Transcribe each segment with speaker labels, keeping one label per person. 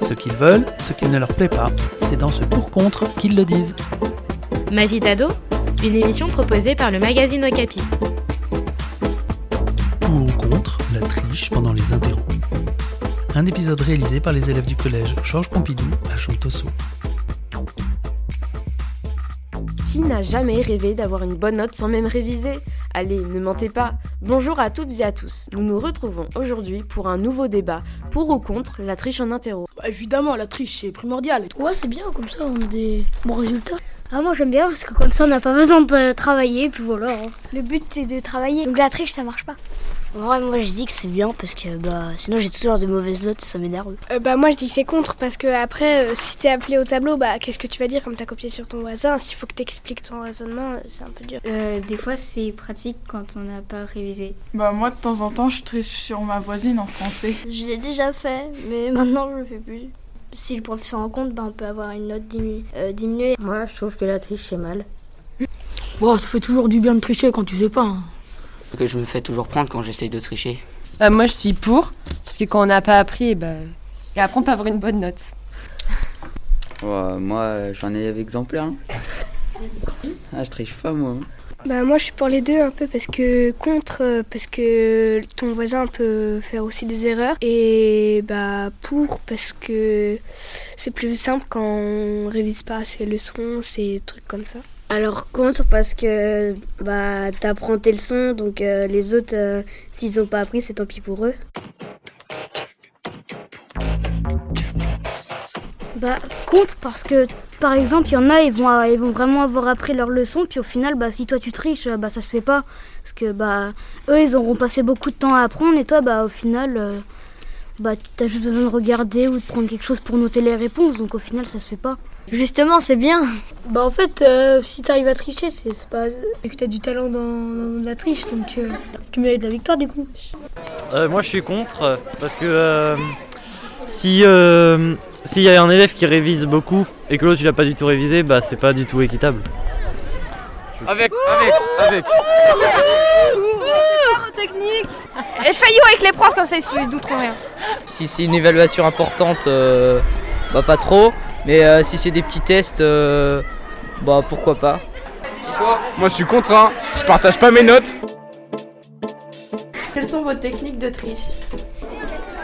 Speaker 1: Ce qu'ils veulent, ce qui ne leur plaît pas, c'est dans ce pour-contre qu'ils le disent.
Speaker 2: Ma vie d'ado, une émission proposée par le magazine Okapi.
Speaker 1: Pour ou contre la triche pendant les interros. Un épisode réalisé par les élèves du collège Georges Pompidou à Chantosso.
Speaker 3: Qui n'a jamais rêvé d'avoir une bonne note sans même réviser Allez, ne mentez pas. Bonjour à toutes et à tous. Nous nous retrouvons aujourd'hui pour un nouveau débat pour ou contre la triche en interro.
Speaker 4: Bah évidemment, la triche, c'est primordial.
Speaker 5: Ouais, c'est bien, comme ça on a des bons résultats.
Speaker 6: Ah, moi j'aime bien parce que comme ça on n'a pas besoin de travailler, puis voilà. hein.
Speaker 7: Le but c'est de travailler, donc la triche ça marche pas.
Speaker 8: En vrai, moi je dis que c'est bien parce que bah sinon j'ai toujours de mauvaises notes, ça m'énerve.
Speaker 9: Euh, bah moi je dis que c'est contre parce que après euh, si t'es appelé au tableau bah qu'est-ce que tu vas dire comme t'as copié sur ton voisin s'il faut que t'expliques ton raisonnement euh, c'est un peu dur.
Speaker 10: Euh, des fois, c'est pratique quand on n'a pas révisé.
Speaker 11: Bah moi de temps en temps je triche sur ma voisine en français.
Speaker 12: Je l'ai déjà fait, mais maintenant je le fais plus.
Speaker 13: Si le prof s'en rend compte, bah, on peut avoir une note diminu- euh, diminuée.
Speaker 14: Moi, je trouve que la triche, c'est mal.
Speaker 15: Bon, ça fait toujours du bien de tricher quand tu sais pas. hein.
Speaker 16: que je me fais toujours prendre quand j'essaye de tricher.
Speaker 17: Euh, moi, je suis pour, parce que quand on n'a pas appris, eh ben, et après, on peut avoir une bonne note.
Speaker 16: Ouais, moi, euh, je suis un élève exemplaire. hein. Ah, je triche pas, moi. hein.
Speaker 9: Bah moi je suis pour les deux un peu parce que contre euh, parce que ton voisin peut faire aussi des erreurs et bah pour parce que c'est plus simple quand on révise pas ses leçons ces trucs comme ça.
Speaker 8: Alors contre parce que bah t'apprends tes leçons donc euh, les autres euh, s'ils ont pas appris c'est tant pis pour eux.
Speaker 6: Bah, contre parce que, par exemple, il y en a, ils vont, ils vont vraiment avoir appris leurs leçons, puis au final, bah, si toi tu triches, bah, ça se fait pas. Parce que, bah, eux, ils auront passé beaucoup de temps à apprendre, et toi, bah, au final, euh, bah, t'as juste besoin de regarder ou de prendre quelque chose pour noter les réponses, donc au final, ça se fait pas.
Speaker 8: Justement c'est bien.
Speaker 7: Bah en fait, euh, si t'arrives à tricher, c'est c'est pas c'est que t'as du talent dans, dans la triche, donc euh, tu mérites la victoire du coup.
Speaker 18: Euh, moi je suis contre euh, parce que euh, si euh, s'il y a un élève qui révise beaucoup et que l'autre il a pas du tout révisé, bah c'est pas du tout équitable.
Speaker 19: Avec, avec, avec.
Speaker 20: technique Être faillot avec les profs comme ça, ils douteront rien.
Speaker 11: Si c'est une évaluation importante, euh, bah pas trop. Mais euh, si c'est des petits tests, euh, bah pourquoi pas.
Speaker 19: Moi, je suis contre, hein. Je partage pas mes notes.
Speaker 17: Quelles sont vos techniques de triche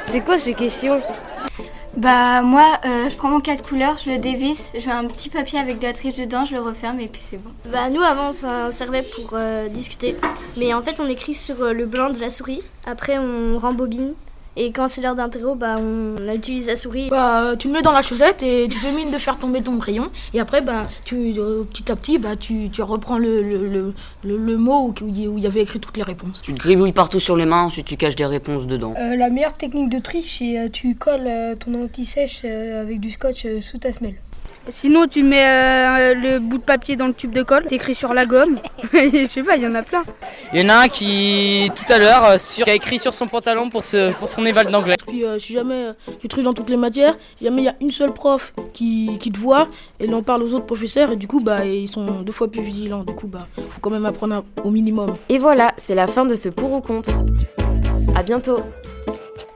Speaker 8: C'est quoi ces questions
Speaker 20: Bah moi, euh, je prends mon cas de couleur, je le dévisse, je mets un petit papier avec de la triche dedans, je le referme et puis c'est bon.
Speaker 13: Bah nous avant ça servait pour euh, discuter, mais en fait on écrit sur euh, le blanc de la souris. Après on rembobine et quand c'est l'heure d'interro, bah on utilise la souris.
Speaker 15: Bah euh, tu le mets dans la chaussette et tu fais mine de faire tomber ton crayon. Et après, bah tu, euh, petit à petit, bah tu, tu reprends le, le, le, le- le mot où où il y avait écrit toutes les réponses.
Speaker 16: Tu te gribouilles partout sur les mains, ensuite tu caches des réponses dedans.
Speaker 7: Euh, la meilleure technique de triche, c'est euh, tu colles ton anti-sèche euh, avec du scotch sous ta semelle.
Speaker 20: Sinon tu mets euh, le bout de papier dans le tube de colle, t'écris sur la gomme. Je sais pas, il y en a plein.
Speaker 11: Il y en a un qui, tout à l'heure, euh, sur- qui a écrit sur son pantalon pour, ce- pour son éval d'anglais.
Speaker 15: Puis euh, si jamais euh, tu triches dans toutes les matières, si jamais il y a une seule prof qui, qui te voit, elle en parle aux autres professeurs et du coup, bah ils sont deux fois plus vigilants. Du coup, bah faut quand même apprendre un- au minimum.
Speaker 3: Et voilà, c'est la fin de ce pour ou contre. À bientôt.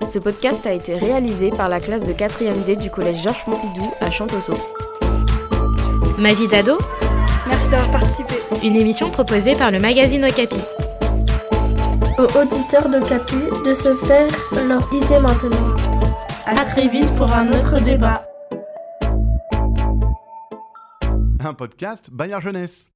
Speaker 3: Ce podcast a été réalisé par la classe de 4e D du collège Georges Pompidou à Chantosso.
Speaker 2: Ma vie d'ado,
Speaker 20: Merci d'avoir participé.
Speaker 2: une émission proposée par le magazine Okapi.
Speaker 20: Aux auditeurs de Capu de se faire leur idée maintenant. À très vite pour un autre débat.
Speaker 7: Un podcast Bayard Jeunesse.